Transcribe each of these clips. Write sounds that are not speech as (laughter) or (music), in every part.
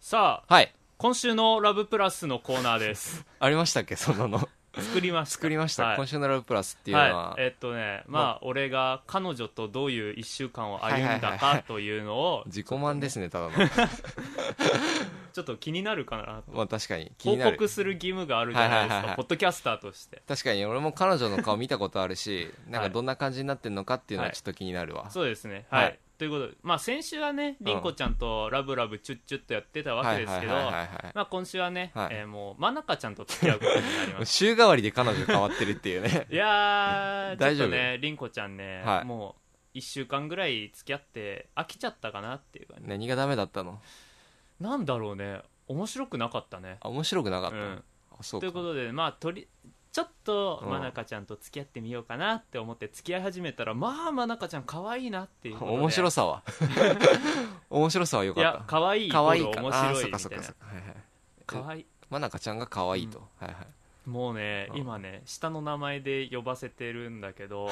さあはい。今週の「ラブプラス」のコーナーです (laughs) ありましたっけそんなの。作りました作りました。はい今週のラブプラスっていうのは。はい、えっとねまあ、俺が彼女とどういう1週間を歩んはいだはいはいはかいというのを自己満ですね、ただの。ちょっと気になるかな (laughs) まあ確かに。気報になる告。する義務があるじゃないですはいはいはいはかいポッドキャスターとして確かに俺も彼女の顔見たことあるし、なはんかいどんな感じになってんのかっていうのははいちょっと気になるわ。そうですねはい、はいということでまあ先週はね凛子ちゃんとラブラブチュッチュッとやってたわはけいではすいけはどいはいはい。まあ今週はね、はいえーもう真中ちゃんと付き合うことになりました。週替わりで彼女変わってるっていうねいやー、大ちょ丈っと夫ね、りんこちゃんね、はいもう1週間ぐらい付き合って飽きちゃったかなっていう感じ、 (laughs) 何がダメだったのなんだろうね、面白くなかったね。あ、面白くなかっうたんの、あそうとか。いうことで、まあ、とりちょっとうんまなかちゃんと付き合ってみようかなって思って、付き合い始めたら、まあ、まなかちゃん、可愛いなっていうことで面白 (laughs) さは面白さは良いやか、っ可愛いたイ可コー愛ルいか面なあー白いそっみかそったいなかそっ。かはいはい可愛いまなかちゃんが可愛いと、はいはいもうね、うん今ね、下の名前で呼ばせてるんだけど、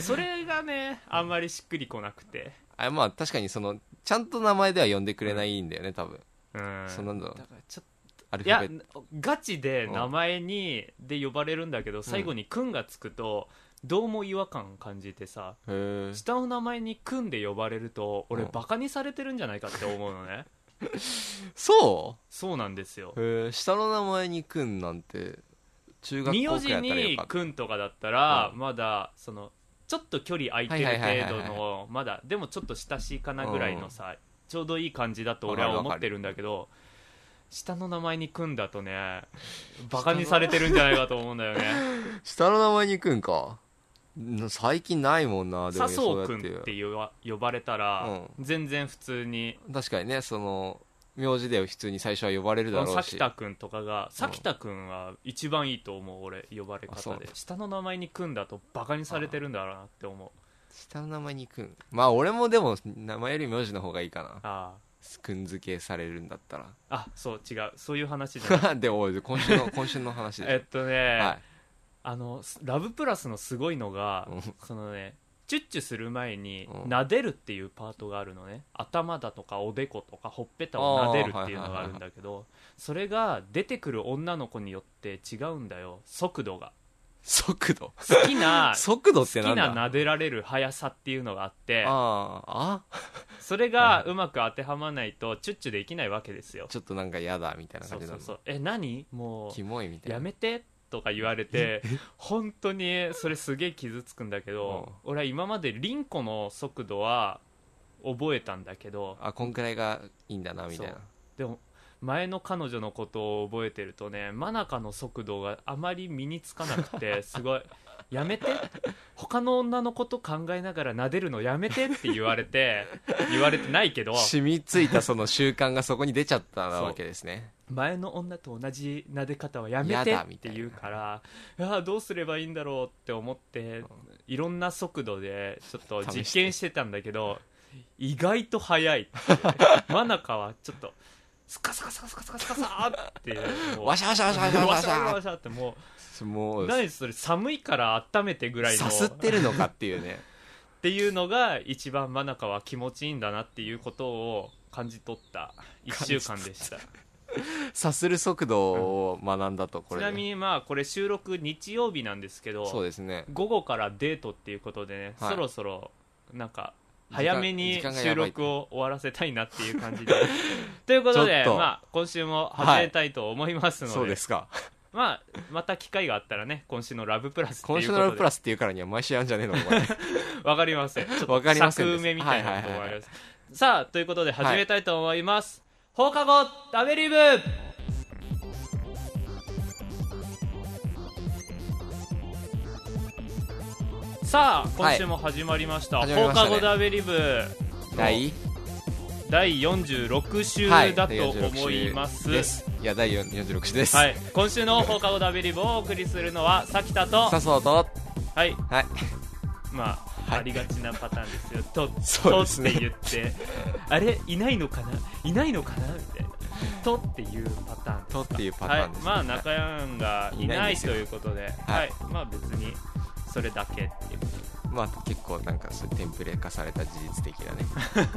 それがね、あんまりしっくりこなくて。あまあ確かにそのちゃんと名前では呼んでくれないんだよね多分、うん、そんなんだろうだからちょっとアルいファやベットガチで名前に、で呼ばれるんだけど最後に「くん」がつくと、どうも違和感感じてさへー下の名前に「くん」で呼ばれると俺うんバカにされてるんじゃないかって思うのね (laughs) そそうなんですようへー下の名前にくんなんて中学名校くら字いやったらよにかっ「くん」とかだったら、うまだそのちょっと距離空いてるはいはいはい程はい度はいのまだでもちょっと親しいかなぐらいのさ、ちょうどいい感じだと俺は思ってるんだけど下の名前に「くん」だとねバカにされてるんじゃないかと思うんだよねた下の名前にくんかん最近ないもんなで笹も生そう君やっってて呼ば呼ばれたら、う全然普通に確かにねその名字で普通に最初は呼ばれるだろう咲し田君とかが咲田君は一番いいと思う俺呼ばれあそ方うで下の名前に君だとバカにされてるんだろうなって思う下の名前にくんまあ俺もでも名前より名字の方がいいかなあくん付けされるんだったああそう違うそういう話じゃない (laughs) らでおい今週の今週の話でえっとね、はいあの「ラブプラス」のすごいのがうんそのねチュッチュする前にうん撫でるっていうパートがあるのね頭だとかおでことかほっぺたを撫でるっていうのがあるんだけどそれが出てくる女の子によって違うんだよ速度が (laughs) 速度好きな速度っ好てなきんだな撫でられる速さっていうのがあってあああそれがうまく当てはまないとチュッチュできないわけですよちょっとなんか嫌だみたいなそ感うじなそのうそうえ何もうキモいみたいなやめてとか言われて本当にそれすげえ傷つくんだけど俺は今までリンコの速度は覚えたんだけどあこんくらいがいいんだなみたいなそうでも前の彼女のことを覚えてるとね真中の速度があまり身につかなく (laughs) てすごい「やめて」他の女のこと考えながら撫でるのやめてって言われて言われてないけ (laughs) ど染みついたその習慣がそこに出ちゃったそうわけですね前の女と同じ撫で方はやめてやだっみてたいな言うからいやどうすればいいんだろうって思っていろんな速度でちょっと試して実験してたんだけど意外と速いって (laughs) 真中はちょっとスカスカスカスカスカスカーってもうわしゃわしゃわしゃわしゃわしわしゃゃわしゃってももうう何それ寒いから温めてぐらいのさすってるのかっていうねっていうのが一番真中は気持ちいいんだなっていうことを感じ取った1週間でしたさする速度を学んだとこちれなでみにまあこれ収録日曜日なんですけどそうですね午後からデートっていうことでね、はいそろそろなんか時間早めに時間が収やばい録を終わらせたいなっていう感じで (laughs) ということでちょっとまあ、今週も始めたいと思いますので,、そうですかまあ、また機会があったらね今週の「ラブプラス」って今いう週このラとブでプラスっていうからには毎週やんじゃねえのお前わかり (laughs) ませんちょっとわかりませんで作す埋めみたいなとこはがあいはいりはます、さあということで始めたいと思います、放課後ダベリブさあ今週も始まりました、はい始まり放ました課ね後ダベリブ第第46週はいだ第と46思います、週ですいや第46週ですはい、今週の放課後ダベリブをお送りするのはさきたとさそうとはいはいまあ、はいありがちなパターンですよ。と、そうですねとって言って、あれ、いないのかないないのかなみたいな。とっていうパターンですかとっていうパターンですねはい、まあ、中山がいいなないんいですとよいうことで、はい、はいまあ別に、それだけっていうことでまあ結構なんかそういうテンプレ化された事実的なね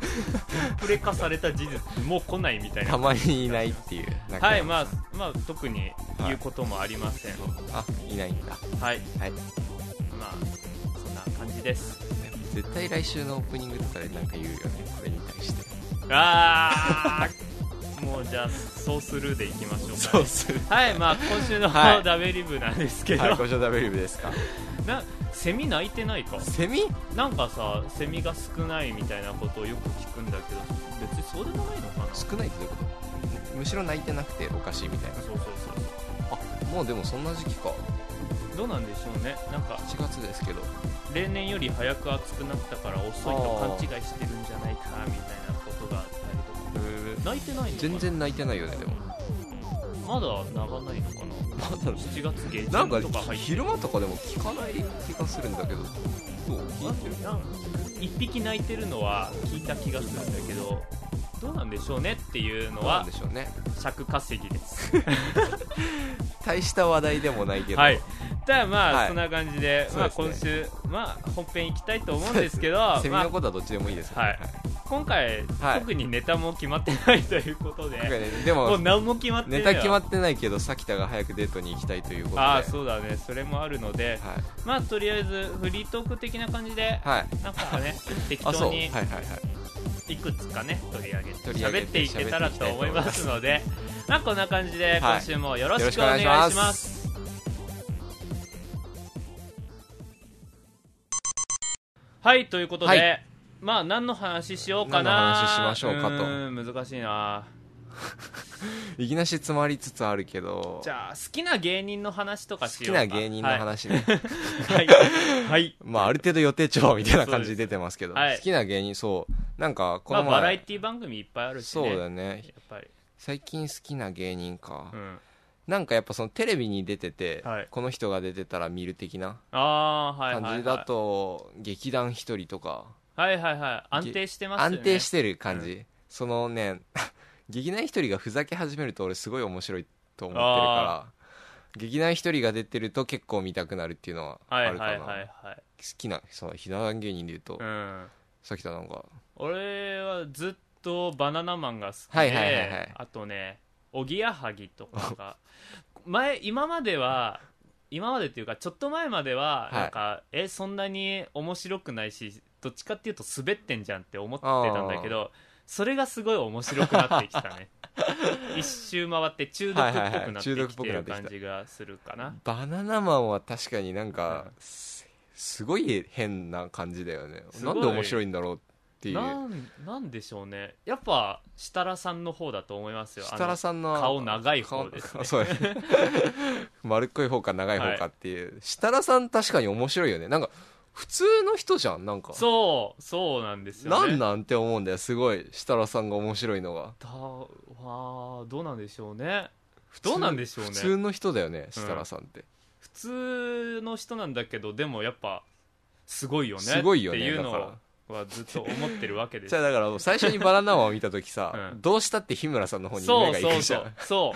(laughs) プレ化された事実もう来ないみたいたなまにいないっていうなんかはいまあまあ特に言うこともありませんあいないんだはいはまいあそんな感じです絶対来週のオープニングとかでなんか言うよねこれに対してあー (laughs) もうじゃあそうするでいきましょうか、そうするはいまあ今週のはいダベリブなんですけど、はい今週の W 部ですかなセミ鳴いてないかセミなんかさセミが少ないみたいなことをよく聞くんだけど別にそうでもないのかなそう少ないってどういうことむむしろ泣いてなくておかしいみたいなそうそうあもうでもそんな時期かどうなんでしょうねなんか7月ですけど例年より早く暑くなったから遅いと勘違いしてるんじゃないかみたいなことがあったりとか泣いてないのかな全然泣いてないよねでもまだ鳴かないのかなまだ7月下旬なんかとか入って昼間とかでも聞かない気がするんだけどそう聞いてるなん一匹鳴いてるのは聞いた気がするんだけどどうなんでしょうねっていうのどうなんはでしょうね尺稼ぎです大した話題でもないけど、はい、じゃあまあ、はいそんな感じでそうまあ、ですね今週、まあ、本編行きたいと思うんですけどセミまのあ、ことはどっちでもいいですよね、はい今回、はい特にネタも決まってないということ (laughs) なんかでねでもうも何も決まってないネタ決まってないけどさきたが早くデートに行きたいということでああそうだねそれもあるので、はまあとりあえずフリートーク的な感じで、い、はい、なんかね適あそう当はいにはいはいいくつかね取り上げて取り上げ喋てっていけたらと思いますのでまあこんな感じではい今週もよろよろししくくおお願願いいししまますすはいということで、はいまあ何の話しようかな何の話しましょうかとーん難しいないきなし詰まりつつあるけどじゃあ好きな芸人の話とか好しきようかな芸人の話ね、はい、はいはい (laughs) まあある程度予定調和みたいな感じで出てますけど、そうですはい好きな芸人そうなんかこまあの前、バラエティ番組いっぱいあるしねそうだねねやっぱり最近好きな芸人か、うんなんかやっぱそのテレビに出てて、はいこの人が出てたら見る的なああーはいはい、はい、感じだと、劇団一人とかはいはいはい安定してますよね安定してる感じ、そのね (laughs) 劇団一人がふざけ始めると俺すごい面白いと思ってるから劇団一人が出てると結構見たくなるっていうのはあはいはるいかな、はいはい好きなそのひな壇芸人で言うと、うんさっきとなんか俺はずっとバナナマンが好きで、はいはいはいはいあとねおぎやはぎとかが (laughs) 前今までは今までっていうかちょっと前までははいなんか、えそんなに面白くないしどっちかっていうと滑ってんじゃんって思ってたんだけどそれがすごい面白くなってきたね一周回って中毒っぽくなってはいはいはい中毒きっぽてくなっるてきた感じがするかな、バナナマンは確かになんか、うんすすごい変な感じだよねすなごいんで面白いんだろうっていうなんなんでしょうねやっぱ設楽さんの方だと思いますよ設楽さんのあの顔長い方ですね顔そう (laughs) ですね丸っこい方か長い方かっていう、設楽さん確かに面白いよねなんか普通の人じゃんなんかそうそうなんですよなねんなんて思うんだよすごい設楽さんが面白いのがだわあどうなんでしょうねどうなんでしょうね普普通通の人だよね設楽さんって、の人なんだけどでもやっぱすごいよねすごいよねっていうだからのはずっと思ってるわけです (laughs) じゃあだからもう最初にバナナマンを見た時さ、 (laughs) うんどうしたって日村さんの方にそ目うがいそくうじそゃんうそ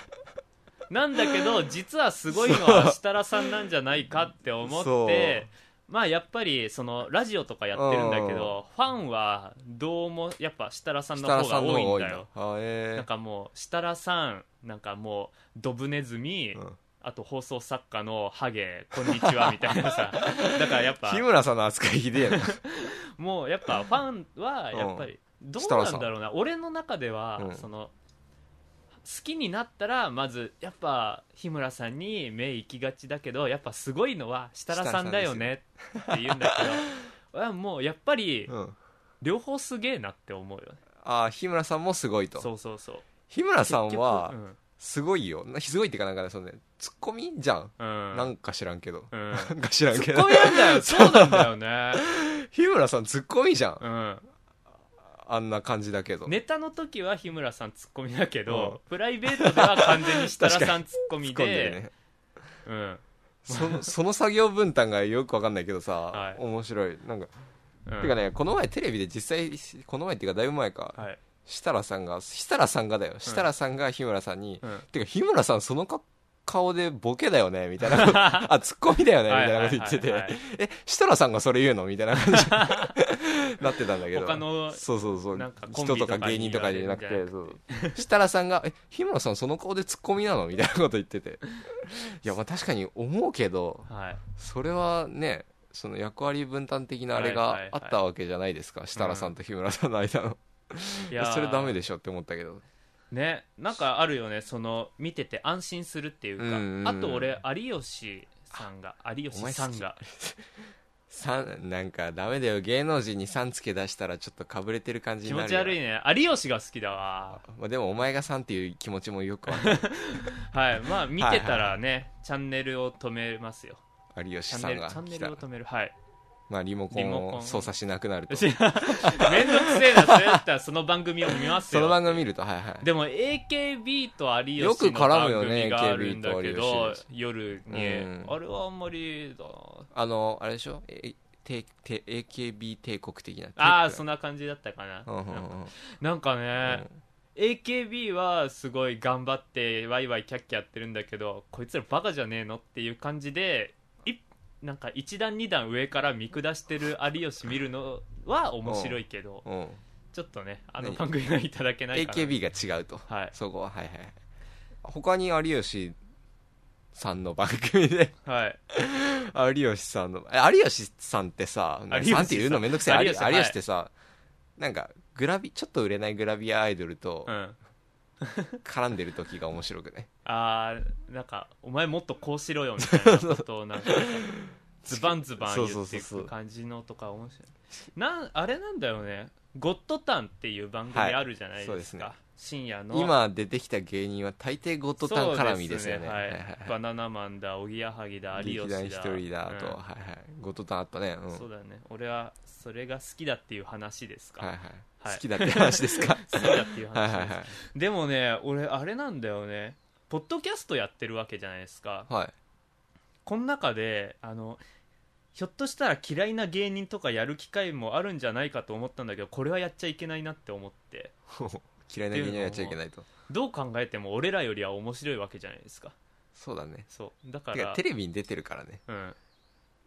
うなんだけ (laughs) ど実はすごいのは設楽さんなんじゃないかって思ってまあやっぱりそのラジオとかやってるんだけどファンはどうもやっぱ設楽さんの設方楽がさんの多方いんだが多いんだよあえなんかもう設楽さんなんかもうドブネズミ、うんあと放送作家のハゲこんにちはみたいなさだからやっぱ日村さんの扱いひで (laughs) えなもうやっぱファンはやっぱりどうなんだろうな俺の中では、うんその好きになったらまずやっぱ日村さんに目行きがちだけどやっぱすごいのは設楽さんだよねって言うんだけど (laughs) 俺はもうやっぱりうん両方すげえなって思うよねあ日村さんもすごいそとうそうそう日村さんは結すごいよなすごいっていうかなんかねそのねツッコミじゃん、局うん、うん、なんか知らんけど、うんなんか知らんけツッどコミなん (laughs) だよそうなんだよね日村さんツッコミじゃん、うんあんな感じだけど、ネタの時は日村さんツッコミだけど、プライベートでは完全に設楽さんツッコツ (laughs) ミッコんでるでねうんそのその作業分担がよくわかんないけどさ、 (laughs) はい面白いなんか、うんてかねこの前テレビで実際この前っていうかだいぶ前か、はい設楽さんが設楽さんがだよ設楽さんが日村さんに、うんてか日村さんその格顔でボケだよね (laughs) みたいなことあツッコミだよねみたいなこと言ってはいはいてはいはいえ設楽さんがそれ言うのみたいな感じなってたんだけど他のそうそうそうなんかコンビ人ととかかに芸人とかじゃなく言わてそう設楽さんが「え日村さんその顔でツッコミなの?」みたいなこと言って (laughs) ていやまあ確かに思うけどはいそれはねその役割分担的なあれはいはいはがいあったわけじゃないですか、設楽さんと日村さんの間の、いやーそれダメでしょって思ったけどねなんかあるよねその見てて安心するっていうか、うんうんうんあと俺有吉さんが有お吉前さ好んきがさんなんかダメだよ芸能人に「さん」つけ出したらちょっとかぶれてる感じ気に持なちる悪いね、ね有吉が好きだわまあ、でもお前が「さん」っていう気持ちもよくわかはいまあ見てたらね、チャンネルを止めますよる有チ吉ャンさネんルが (laughs) チャンネ来ルたを、止めるはい (laughs) まあ、リモコリモンコをン操作しなくな (laughs) ると私めんどくせえなそれだったらその番組を見ますそよの番組見るとはいはいでも AKB と有よく吉の絡番むよね組があるんだけ AKB ど、と有吉夜に、うんあれはあんまりだなあのあれでしょえてて AKB 帝国的なああそんのな感じだったかな、うんうんうんなんかうね、ん AKB はすごい頑張ってワイワイキャッキャやってるんだけどこいつらバカじゃねえのっていう感じでいなんか一段二段上から見下してる有吉見るのは面白いけどうんちょっとねあの何番組はいただけないかな AKB が違うとはいそこははいはい他に有吉さんの番組で (laughs) はい有吉さんのえ有吉さんってさ有な吉さんんて言うのめんどくせえ有有吉吉さん有吉ってさ、なんかグラビちょっと売れないグラビアアイドルとうん絡んでる時が面白くねあーなんかお前もっとこうしろよみたいなことを (laughs) なんかズバンズバンそうそ言うってそいうそうく感じのとか面白いなんあれなんだよね「ゴッドタン」っていう番組はいあるじゃないですか、そうですね深夜の今出てきた芸人は大抵ゴッドタン絡みですよねそうはいですはいねはい、はバナナマンだおぎやはぎだい有劇吉だ団一人だと、うんはいはいゴッドタンあったねうんそうだね俺はそれが好きだっていう話ですか、はいはい、はい好きだって話です (laughs) か好きだっていう話ですはいはいはいでもね俺あれなんだよねポッドキャストやってるわけじゃないですかはいこの中であのひょっとしたら嫌いな芸人とかやる機会もあるんじゃないかと思ったんだけどこれはやっちゃいけないなって思って嫌いな芸人はやっちゃいけないとどう考えても俺らよりは面白いわけじゃないですかそうだねそうだかてらかテレビに出てるからねうん、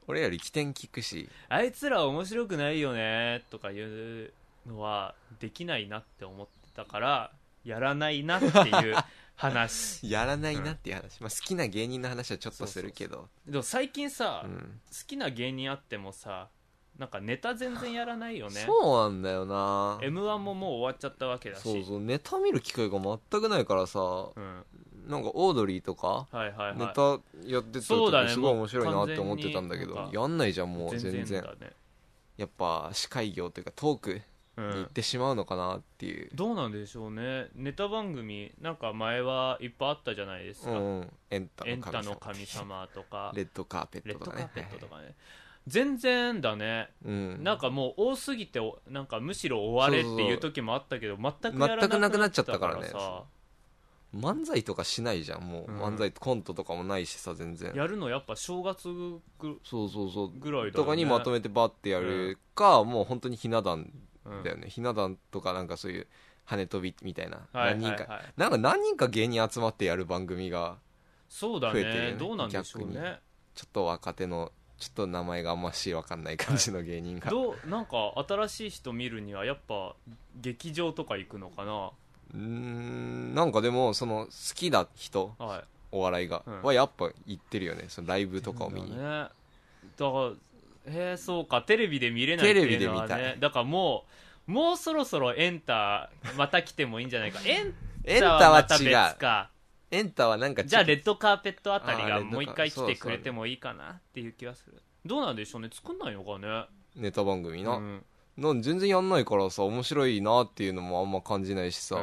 俺より起点聞くしあいつら面白くないよねとかいうのはできないなって思ってたからやらないなっていう (laughs) 話やらないなっていう話、まあ、好きな芸人の話はちょっとするけどでも最近さ、う好んきな芸人あってもさなんかネタ全然やらないよねそうなんだよな m 1ももう終わっちゃったわけだしそうそうネタ見る機会が全くないからさうん、なんかオードリーとかはいはいはいネタやってたそうだね時すごい面白いなって思ってたんだけもう完全どにやんないじゃんもう全然全然だね、やっぱ司会業というかトークにう行っん、てしまうのかなっていう、どうなんでしょうねネタ番組なんか前はいっぱいあったじゃないですうか、んうん、エンタエンのタ神の様神様とかレッドカーペッレットドとカかねーペットとかね全然だねうん、なんかもう多すぎておなんかむしろ終われっていう時もあったけど全くやらなく全くなくななっっちちゃゃっったたかかららさね漫才とかしないじゃんもう、うん漫才コントとかもないしさ全然やるのやっぱ正月ぐそうそうそうぐらいだよねとかにまとめてバッてやるか、もう本当にひな壇うんだよね、ひな壇とかなんかそういう羽飛びみたいな、はいはい何人か、はいなんか何人か芸人集まってやる番組がそうだ増えてるよねねどうなんでしょうねちょっと若手のちょっと名前があんましわかんない感じの芸人が、どうなんか新しい人見るにはやっぱ劇場とか行くのかなうーんなんかでもその好きな人はいお笑いが、うんはやっぱ行ってるよねそのライブとかを見に、そうだねだからへえそうかテレビで見れないっていうのはテレビで見ねただからもうもうそろそろエンタまた来てもいいんじゃないかエンエンタタはまはた違別うかエンタはなんかちょじゃあレッドカーペットあたりあーレッがドカーもう一回来てくれてもいいかなっていう気はするどうなんでしょうね作んないのかねネタ番組な、うんなん全然やんないからさ面白いなっていうのもあんま感じないしさ、うん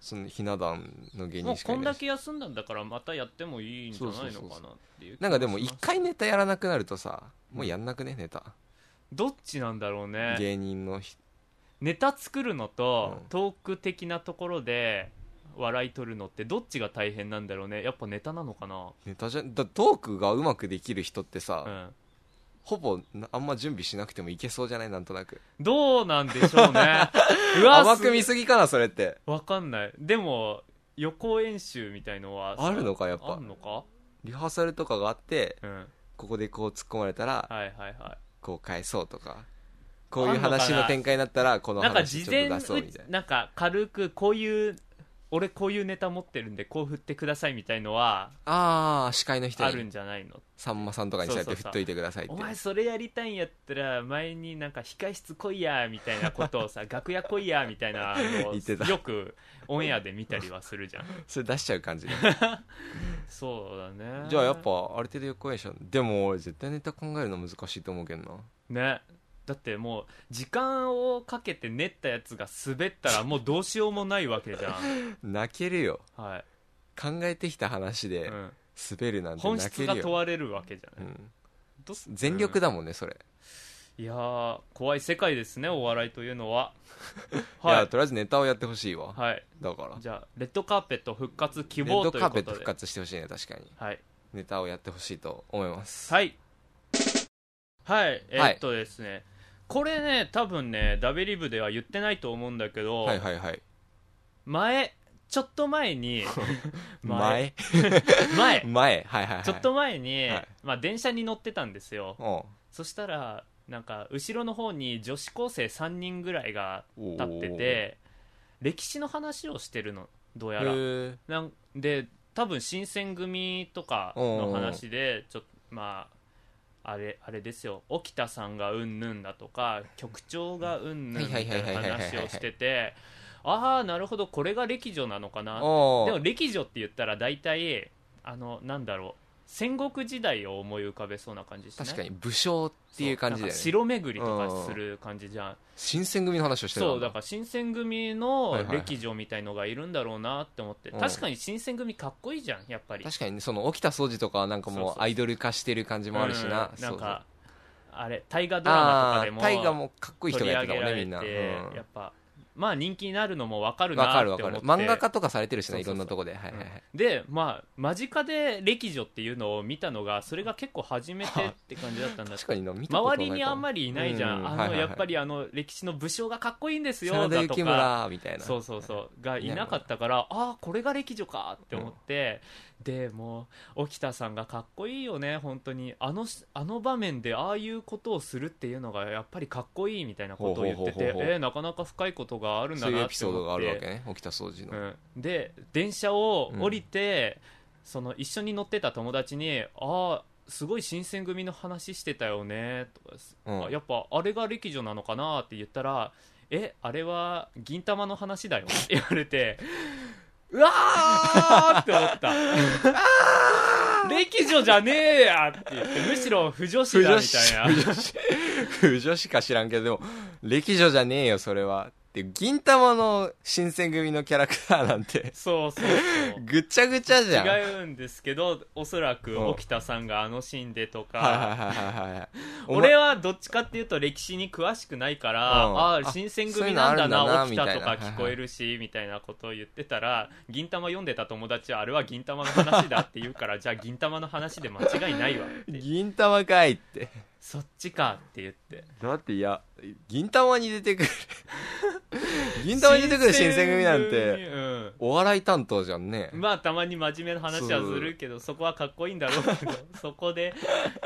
そのひな壇の芸も人うしかこいんなだいしけ休んだんだからまたやってもいいんじゃないのかなっていう気がしますなんかでも一回ネタやらなくなるとさもうやんなくねネタ、どっちなんだろうね芸人のひネタ作るのと、うんトーク的なところで笑い取るのってどっちが大変なんだろうねやっぱネタなのかなネタじゃだトークがうまくできる人ってさ、うんほぼなあんま準備しなくてもいけそうじゃないなんとなく (laughs) どうなんでしょうねうわ甘く見すすぎかなそれってわかんないでも予行演習みたいのはさあるのかやっぱあんのかリハーサルとかがあってうんここでこう突っ込まれたらはいはいはこう返そうとかこういう話の展開になったらこいのなんか事話ち前ょっと打出そうみちたいななんか軽くこういう俺こういうネタ持ってるんでこう振ってくださいみたいのはああ司会の人あるにんじゃないのさんまさんとかにそうやって振っといてくださいってお前それやりたいんやったら前になんか控室来いやみたいなこと (laughs) をさ楽屋来いやみたいなのを言ってたよくオンエアで見たりはす (laughs) るじゃんそれ出しちゃう感じ (laughs) ねそうだねじゃあやっぱある程度予行演習でも俺絶対ネタ考えるの難しいと思うけどなねだってもう時間をかけて練ったやつが滑った (laughs) らもうどうしようもないわけじゃん泣けるよはい、考えてきた話うでん、滑るなんて本泣質けがる問よ、われるわけじゃうない、ん、ど全力だもんねそれ、うんいやー怖い世界ですねお笑いというのは (laughs) い、はやいとりあえずネタをやってほしいわ、はいだからじゃあレッドカーペット復活希レッ望ドというカこーペとッでト復活してほしいね確かにはいネタをやってほしいと思いますはい。はい、えーっとですね、これね、多分ね、ダベリブでは言ってないと思うんだけど、はいはいはい前、ちょっと前 (laughs) に、前前、前はいはいはいちょっと前に、はいまあ、電車に乗ってたんですよ。おそしたら、なんか、後ろの方に女子高生3人ぐらいがう立ってて、歴史の話をしてるの、どうへやら。ーなんで多分新選組とかの話でちょっとまああれあれですよ沖田さんがうんぬんだとか局長がうんぬんみたいはいはいなはいはいはいはい話をしててああなるほどこれが歴女なのかなおでもー歴女って言ったら大体あのなんだろう戦国時代を思い浮かべそうな感じしない確かに武将っていう感じそなだんよかね城巡りとかする感じじゃん新選組の話をしてたんそうだから新選組のはいはい歴女みたいのがいるんだろうなって思って、うん確かに新選組かっこいいじゃんやっぱり確かにねその沖田総司とかはなんかそうもそううアイドル化してる感じもあるしな、うんなんそうそうかあれ大河ドラマとあかあでも大河もかっこいい取人りがや上っげてたもらんねれみんてな、うんやっぱまあ人気になるのもわかるわなかってる思わってかる漫画家ととかされてるしなそういそうそうろんなとこではいはいはい、でまあ間近で歴女っていうのを見たのがそれが結構初めてって感じだったんだけ (laughs) 確どかにな見たことな周いりにあんまりいないじゃん、うんあの、はいはいはいやっぱりあの歴史の武将がかっこいいんですりよ真田だと幸か村みたいなそうそうそうがいなかったからああこれが歴女かって思って、でもう沖田さんがかっこいいよね本当にあのしあの場面でああいうことをするっていうのがやっぱりかっこいいみたいなことを言ってほうほてうほうほうえーなかなか深いことがあるんそだういうなエっピてソード思があっるわてけね沖田総司の、うん、で電車を降りて、その一緒に乗ってた友達に「ああすごい新選組の話してたよね」とかうんあやっぱあれが歴女なのかなって言ったら「えあれは銀玉の話だよ」って (laughs) 言われてうわーって思った歴女じゃねえやって言ってむしろ不女子不だ女みた子いな不女子不女子か知らんけどでも歴女じゃねえよそれはって銀玉の新選組のキャラクターなんてそうそうそう (laughs) ぐちゃぐちゃじゃんはい違うんですけどおそらくうん沖田さんがあのシーンでとか、はいはいはいはいお前俺はどっちかっていうと歴史に詳しくないから、うんあああ新選組なんだなそう起きいうのあたるとんだなか聞こえるしみたいなことを言ってたら銀玉読んでた友達はあれは銀玉の話だって言うから (laughs) じゃあ銀玉の話で間違いないわって銀玉かいってそっちかって言ってだっていや銀玉に出て (laughs) くる銀玉に出てくる新選組なんてて、お笑い担当じゃんねうん、まあたまに真面目な話はするけどそこはかっこいいんだろうけどそこで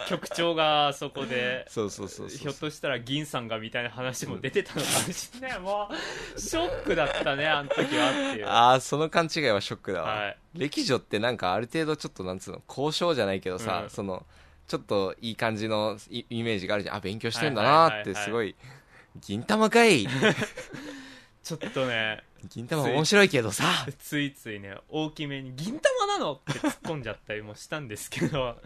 局長がそこでそうそうそうそうひょっとしたら銀さんがみたいな話も出てたのかもしれ (laughs) ない、もうショックだったねあの時はっていうああその勘違いはショックだわ、はい歴女ってなんかある程度ちょっとなんつうの交渉じゃないけどさ、うんそのちょっといい感じのイイメージがあるじゃんあ勉強してんだなーっはいはいはいてはいすごい銀玉かいちょっとね銀玉面白いけど (laughs) さついついね大きめに「銀玉なの?」って突っ込んじゃったりもしたんですけ (laughs) ど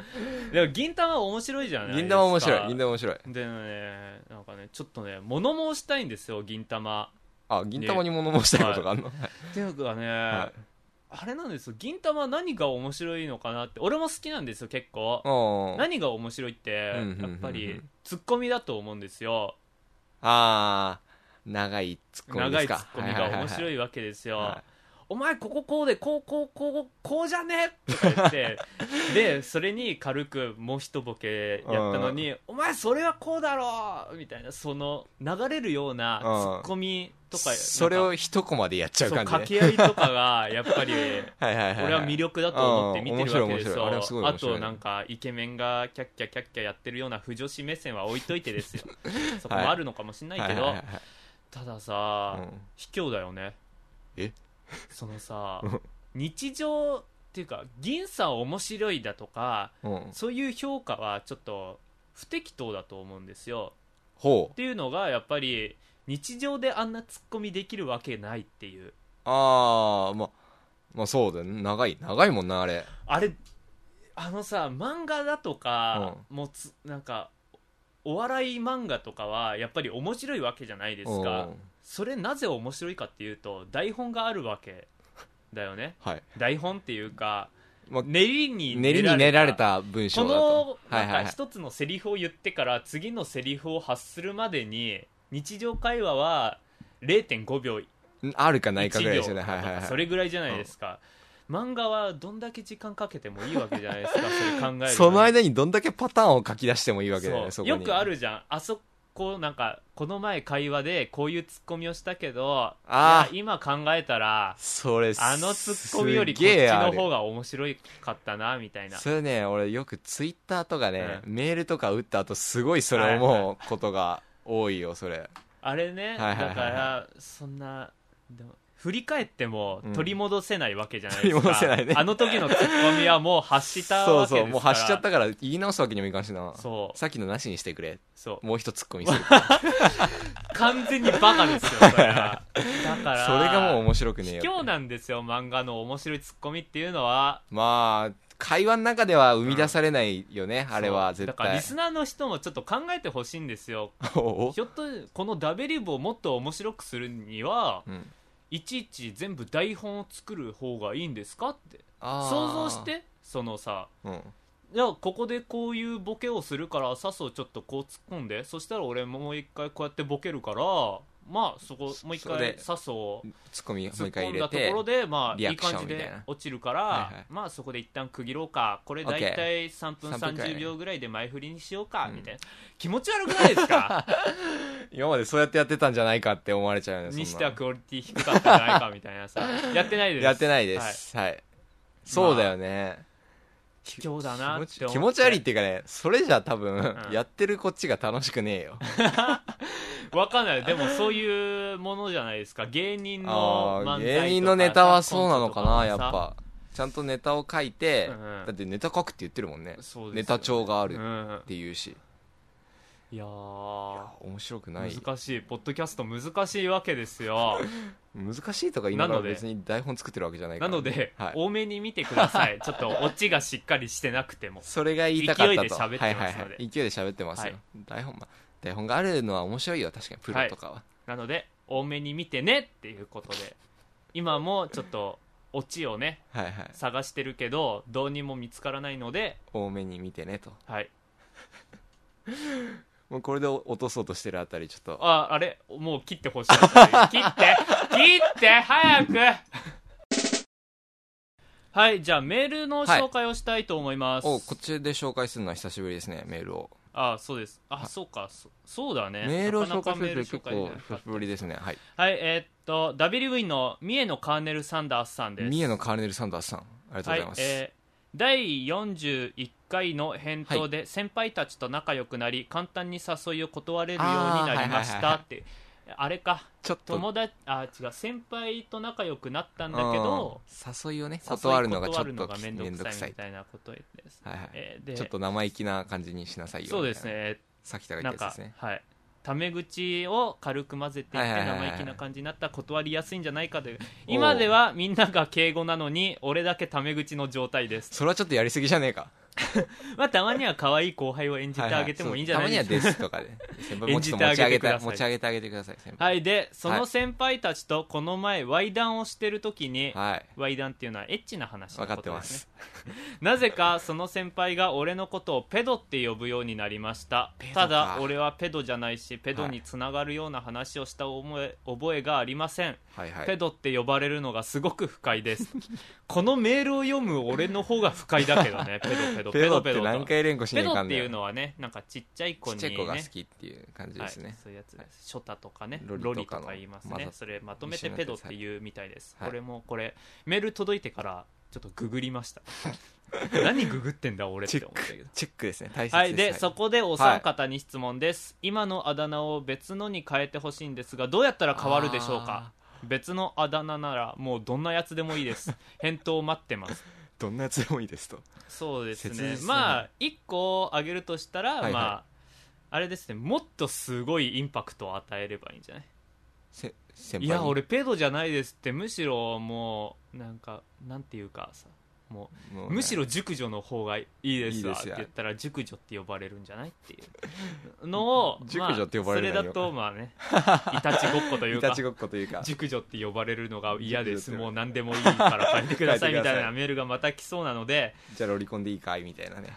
でも銀玉面白いじゃないですか銀玉面白い銀玉面白いでねなんかねちょっとね物申したいんですよ銀玉あ銀玉に物申したいことがあんの、っていうかね、はいあれなんですよ銀玉何が面白いのかなって俺も好きなんですよ結構うん何が面白いってうんうんうんうやんっぱりツッコミだと思うんですよああ長いツッコミで長すいツかッコミが面白いいわけですよは「お前こここうでこうこうこうこうじゃね?」とか言って (laughs) でそれに軽くもう一ボケやったのに「お前それはこうだろ!」みたいなその流れるようなツッコミとかそれなんをか一コマでやっちゃうそう感じ、ね、掛け合いとかがやっぱり (laughs) はいはいはい、 (laughs) 俺は魅力だと思って見てるわけですうん面白い面白いあれよはすごいあ面白いとなんかイケメンがキャッキャキャッキャやってるような不女子目線は置いといてです (laughs) よそこもあるのかもしれないけど、はいはいはいたださ、うん卑怯だよねえそのさうん日常っていうか銀さん面白いだとかうん、そういう評価はちょっと不適当だと思うんですよほっうていうのがやっぱり日常であんなツッコミできるわけないっていうああままあそうだね長い長いもんなあれあれあのさ漫画だとか、もうつなんかお笑い漫画とかはやっぱり面白いわけじゃないですか、うんそれなぜ面白いかっていうと台本があるわけだよねはい台本っていうか、まあ練りに練りに練られた文章こだとのはないんはいかはい一つのセリフを言ってから次のセリフを発するまでに日常会話は0.5秒うんあるかないかぐ1らい秒ですよねはいはいとはかいそれぐらいじゃないですか、漫画はどんだけ時間かけてもいいわけじゃないです (laughs) かそれ考えるそのに間にどんだけパターンを書き出してもいいわけだよねそそうこよにくあるじゃんあそこなんかこの前会話でこういうツッコミをしたけどあーいや今考えたらそれあのツッコミよりすこっげちえあのる方が面白かったなみたいなそれね俺よくツイッターとかね、メールとか打った後すごいそれはいは思うことが多いよそれあれね、はいはいはいはいだからそんなでも振り返ってもうん取り戻せないわけじゃないですか、取り戻せないねあの時のツッコミはもう発したそわうけですからそうもう発しちゃったから言い直すわけにもいかんしなそうさっきのなしにしてくれそうもう一つツッコミする完全にバカです (laughs) よそれはだからそれがもう面白くねえ卑よ怯なんですよ漫画の面白いツッコミっていうのはまあ会話の中では生み出されないよね、あれはそう絶だから対リスナーの人もちょっと考えてほしいんですよ (laughs) おうひょっとこのダベリブをもっと面白くするにはうんいちいち全部台本を作る方がいいんですかってあー想像し、てそのさうん、じゃあここでこういうボケをするから笹をちょっとこう突っ込んでそしたら俺もう一回こうやってボケるからまあそこもう一それ回で笹をツッコミも突うっ一回込ん入だれとてころでまあリいアいクション感じみたいでな落ちるかはいはらいまあそこで一旦区切ろうかこれ大体3分3分くらい30秒ぐらいで前振りにしようかうんみたいな気持ち悪くないですか今までそうやってやってたんじゃないかって思われちゃうよね (laughs) そんなにしてはクオリティ低かったんじゃないかみたいなさやってないですやってないではいすはい、そうだよね、卑怯だなって思っ気持ちて気持ち悪いっていうかねそれじゃ多分、うんやってるこっちが楽しくねえよわかんないでもそういうものじゃないですか芸人あの漫ー才とか芸人のネタはそうなのかなコンやトっとかもさぱちゃんとネタを書いて、うんうんだってネタ書くって言ってるもんそうねですよねネタ帳があるうっんていうし、いやいーや面白くない難しいポッドキャスト難しいわけですよ難しいとか言いながならので別に台本作ってるわけじゃないかならので、はい、多めに見てくだ (laughs) さいちょっとオチがしっかりしてなくてもそれが言いたかっ勢たといで喋ってますのではいはいはい、勢いで喋ってますよ、はい台本ま台本があるのは面白いよ確かにプロとかは、なので多めに見てねっていうことで今もちょっとオチをねはいはい探してるけどどうにも見つからないので多めに見てねとはいもうこれで落とそうとしてるあたりちょっとああれもう切ってほしい (laughs) 切って切って早く (laughs) はいじゃあメールの紹介をしたいと思います、おこっちで紹介するのは久しぶりですねメールをあそうですあそうかそそうだねメールを紹なかな介すかメーるってル結紹介構できな久いしぶりですねはいはいえーっとダビリブインの三重のカーネル・サンダースさんです三重のカーネル・サンダースさんありがとうございます、はいえー第41回の返答で先輩たちと仲良くなり簡単に誘いを断れるようになりましあーはいはいはいはたいってあれかちょっと友達あ違う先輩と仲良くなったんだけどうん誘いをね誘い断るのがちょっ断るのとがめめんんどどくくささいいみたいなことです、はいはいえーでちょっと生意気な感じにしなさいよそうですねさっきたが言なっんたやかつですねはいタメ口を軽く混ぜていっはいてはいはいはい生意気な感じになったら断りやすいんじゃないかという今ではみんなが敬語なのに俺だけタメ口の状態ですそれはちょっとやりすぎじゃねえかまあたまには可愛い後輩を演じてあげてもいいんじゃないはではすそかうたまにはですとかで先輩も (laughs) 演うちじょってとあげて持ち上くだげさいた持ち上げてあげてください先輩はいでその先輩たちとこの前ワイ談をしてる時に、はいワイ談っていうのはエッチな話の分かこってとまですねすなぜかその先輩が俺のことをペドって呼ぶようになりましたペドかただ俺はペドじゃないしペドにつながるような話をした思え覚えがありません、はいはペいドって呼ばれるのがすごく不快です (laughs) このメールを読む俺の方が不快だけど (laughs) ねペドペドペペドドってペド何とペ回連呼しねえドかっんてだいうよのはねなんかちっちゃい子ちっにちゃねい子が好きっていう感じですはいね、そういうやつです、はいショタとかねロリロリとかとのか言います混ざねっそれまとめ一て緒にペドっやってていうみたいです、はいこれもこれメール届いてからちょっとググりま (laughs) した何ググってんだ俺って思ったけどチェックですね大切です、はい、で、そこでお三方に質問です、今のあだ名を別のに変えてほしいんですがどうやったら変わるでしょうか別のあだ名ならもうどんなやつでもいいです (laughs) 返答を待ってますどんなやつでもいいですとそうです切実ねだねまあ一個あげるとしたら、はいはいまああれですねもっとすごいインパクトを与えればいいんじゃないせ先輩にいや俺ペドじゃないですってむしろもうなんかなんていうかさももううねむしろ熟女の方がいいですわいいですってよ言ったら熟女って呼ばれるんじゃないって (laughs) いうのを熟女って呼ばれるまのあよそれだとまあ (laughs) ねいたちごっこといういかたちごっこというか熟女って呼ばれるのが嫌です熟女ってもう何でもいいから書いてください書いみてくださたいい (laughs) な (laughs) メールがまた来そうなのでじゃあロリコンでいいかいみたいなね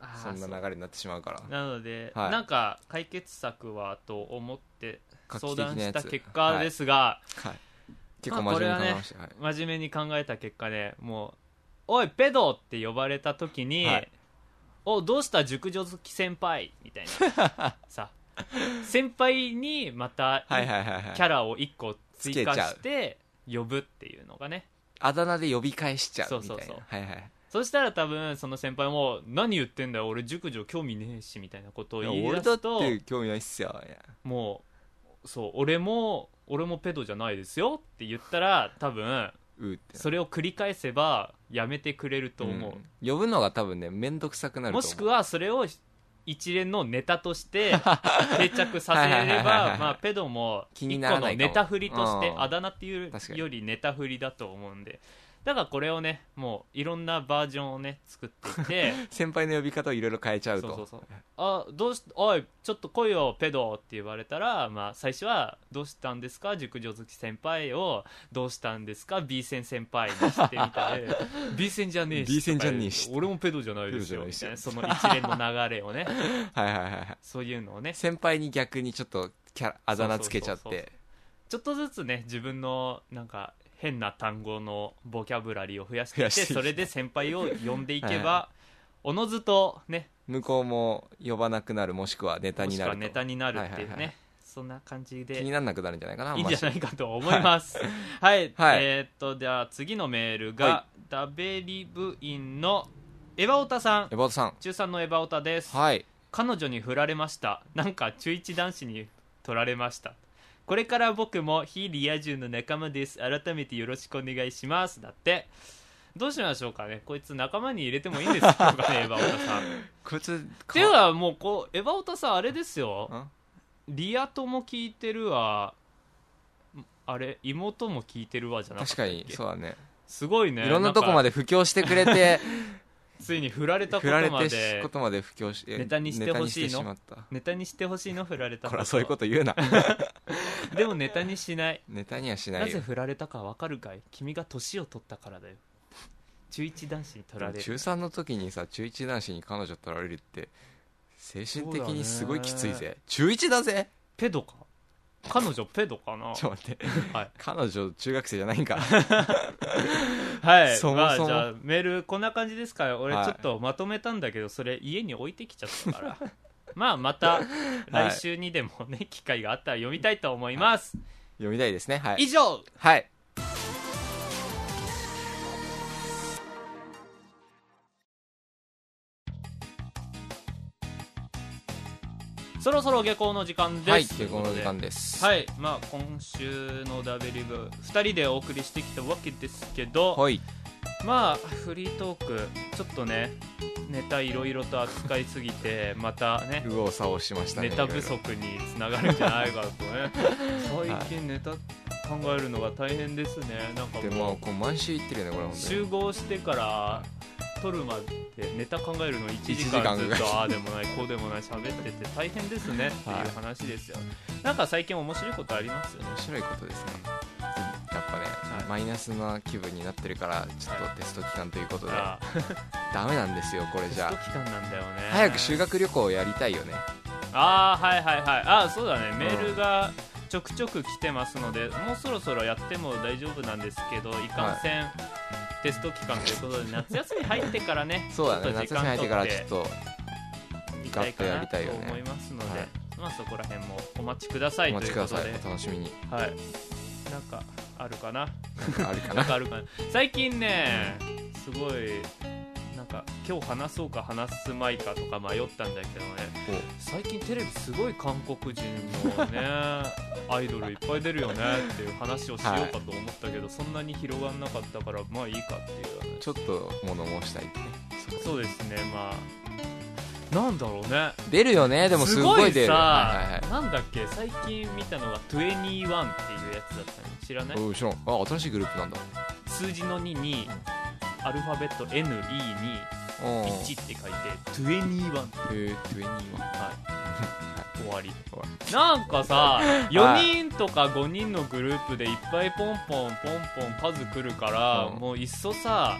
あ (laughs) そーんな流れになってしまうからなので、はいなんか解決策はと思って画期相的なや談しつた結果ですが、はい結構真面目に考えました、はい真面目に考えた結果ねもう「おいペド!」って呼ばれた時に「はいおどうした熟女好き先輩」みたい (laughs) なさ先輩にまたはいはいはいはいキャラを1個追加つけちゃうして呼ぶっていうのがねあだ名で呼び返しちゃうみたいそなうそうそうはいはいそしたら多分その先輩も「何言ってんだよ俺熟女興味ねえし」みたいなことを言い俺出だっすとて興味ないっすよいやもうそう俺も俺もペドじゃないですよって言ったら多分うーってなそれを繰り返せばやめてくれると思う、うん呼ぶのが多分ね面倒くさくなるとも思うしくはそれを一連のネタとして (laughs) 定着させはいはれいはいはいはばいまあペドも気一に個なのらないかもネタ振りとしてうんあだ名っていう確かによりネタ振りだと思うんでだからこれをねもういろんなバージョンをね作っていって (laughs) 先輩の呼び方をいろいろ変えちゃうとそうそうそうあどうしおいちょっと来いよペドって言われたら、まあ、最初は「どうしたんですか熟女好き先輩」を「どうしたんですか B 線先輩」にしてみて (laughs) B 線じゃねえし B 線じゃねえしとか言う俺もペドじゃないですよペドみじたいゃないなしその一連の流れをね (laughs) はいはいはいはいそういうのをね先輩に逆にちょっとキャラあだ名つけちゃっそうそうそうてちょっとずつね自分のなんか変な単語のボキャブラリーを増やしていって増やしていくそれで先輩を呼んでいけ (laughs) はいばおのずとね向こうも呼ばなくなるもしくはネタもしにくなるはとネタになるっていうはいはいはねそんな感じで気にならなくなるんじゃないかないいんじゃないいかと思います。はい。はいえーっと、では次のメールが、はダベリ部員のエバオタさん。エバートさん中3のエバオタです。はい彼女に振られました。なんか中1男子に取られました。これから僕も非リア充の仲間です。改めてよろしくお願いします。だって。どうしましょうかねこいつ仲間に入れてもいいんですかねエバオタ (laughs) さん。こいつかではもうこう、エバオタさんあれですよ。んリア友聞いてるわあれ妹も聞いてるわじゃなかった確っかけにそうだねすごいねいろんなとこまでで布教してくれ (laughs) てついに振られたこ振とられまてしでことまで布教しネタにしてほしいのネタにしてまったネタにしてほしいの振られたこらそういうこと言 (laughs) うなとでもネタにしないネタにはしなないぜよ振られたかわかるかい君が年を取ったからだよ中一男子に取られ中る3の時にさ中1男子に彼女取られるって精神的にすごいきつそいうだぜ中1だぜペドか彼女ペドかなちょっと待ってはい、彼女中学生じゃないん (laughs) かはい、そもそまもあ、じゃあメールこんな感じですから俺はいちょっとまとめたんだけど、それ家に置いてきちゃったから (laughs) まあまた来週にでもね、機会があったら読みたいと思います、読みたいですねはい以上はいそろそろ下校の時間です、はい結婚の時間でですはいまあ今週の W 部2人でお送りしてきたわけですけど、はいまあフリートークちょっとねネタいろいろと扱いすぎてまたね右往左往しましたねネタ不足につながるんじゃないか (laughs) とね最近ネタ考えるのが大変ですねなんかいろいろでももこう毎週言ってるよねこれう本当集合してから撮るまでネタ考えるの1時一時間間ぐずらいっとああでもないこうでもない喋ってて大変ですねっていう話ですよ、なんか最近面白いことあります面白いことですねやっぱね、はいマイナスな気分になってるからちょっとテスト期間ということで、ああダメなんですよこれテじスゃト期間なんだよね早く修学旅行をやりたいよねああはいはいはいああそうだねメールがちょくちょく来てますので、もうそろそろやっても大丈夫なんですけどいかんせん、テスト期間ということで夏休み入ってからね (laughs) そうだねちょっ夏と休み入ってから時ち間取ょっとみたいかガッとやなりたいよとね思いますので、はいまあそこら辺もお待ちくださおいと待いちうくことださでいお楽しみにはいなんかあるかななんかあるかななんかある (laughs) かな最近ねすごいなんか今日話そうか話すまいかとか迷ったんだけどね最近テレビすごい韓国人の (laughs) ねアイドルいっぱい出るよねっていう話をしようかと思ったけど、そんなに広がんなかったからまあいいかっていう話おちょっと物申したいってねそうそうですねまあなんだろうね出るよねでもすごい出るさ、はいはいなんだっけ最近見たのが21っていうやつだったの知らないはいおう知らんあ新しいグループなんだ数字の2にアルファベット NE にうん1って書いて21はいえー、21は (laughs) 終わり終わなんかさ4人とか5人のグループでいっぱいポンポンポンポン数来るから、うんもういっそさ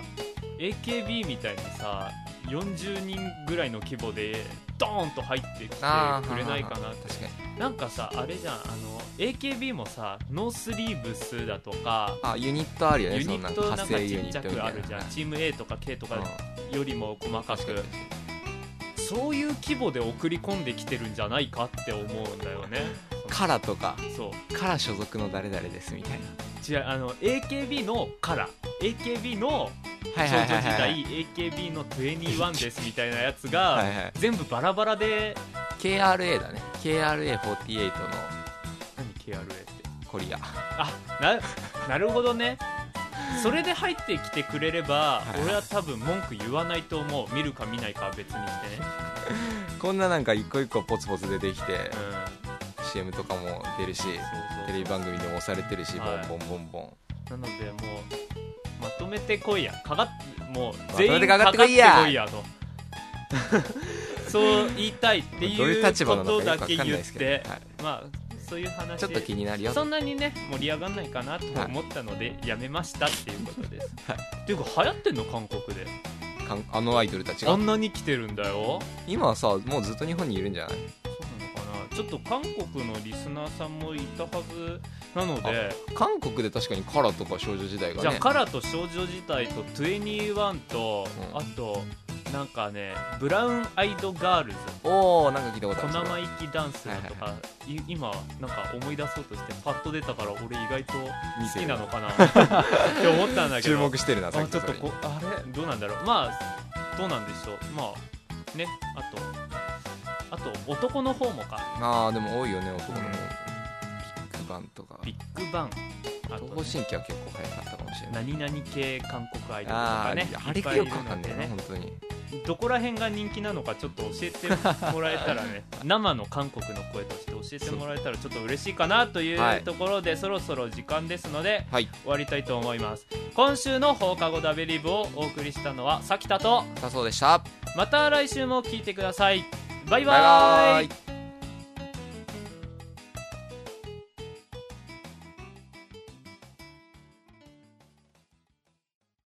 AKB みたいにさ40人ぐらいの規模でドーンと入ってきてあーくれないかなって確かになんかさあれじゃんあの AKB もさノースリーブスだとかあユニットあるよねユニットそなんんか派ち生ユっニちッゃトみたいくなあるじゃんチーム A とか K とかうんよりも細か確かにくそういう規模で送り込んできてるんじゃないかって思うんだよねカラとかそうカラ所属の誰々ですみたいな違うあの AKB のカラー AKB の少女はいはいはい時は代い AKB の21ですみたいなやつはがいはい全部バラバラで KRA だね KRA48 の何 KRA ってコリアあななるほどねそれで入ってきてくれればはい俺は多分文句言わないと思う見るか見ないかは別にしてねこんななんか一個一個ポツポツ出てきてうん CM とかも出るしそうテレそうビ番組でも押されてるしボはいンボンボンボンなのでもうまとめてこいやかかっもうと全め員てかかかかっっててここいいややと (laughs) そう言いたいっていどういうう立場なこのとかよだくわけかんない言っですけてどはいまあそういう話ちょっと気になるよそんなにね盛り上がんないかなと思ったので、やめましたっていうことです、っていうか流行ってんの韓国でかんあのアイドルたちあがんなに来てるんだよ今はさもうずっと日本にいるんじゃないそうなのかなちょっと韓国のリスナーさんもいたはずなので韓国で確かにカラとか少女時代がねじゃあカラと少女時代と21と、うんあとなんかねブラウンアイドガールズおおなんか聞いたことあ小るそれ生意気ダンスだとか、い今なんか思い出そうとしてパッと出たから俺意外と見好てきるなのかな (laughs) って思ったんだけど注目してるなさあっきちょっそとれこあれどうなんだろうまあどうなんでしょうまあねあとあと男の方もかああでも多いよね男の子うんビッグバンとかビッグバンあと、東方神起は結構早かったかもしれない何々系韓国アイドルとあかねーあれいっぱかいいよるくわかのんなでいなね本当にどこら辺が人気なのかちょっと教えてもらえたらね (laughs) 生の韓国の声として教えてもらえたらちょっと嬉しいかなといはういところで、そろそろ時間ですのではい終わりたいと思います今週の放課後ダベリブをお送りしたのはさきたとさそうでしたまた来週も聞いてくださいバイババイバーイイ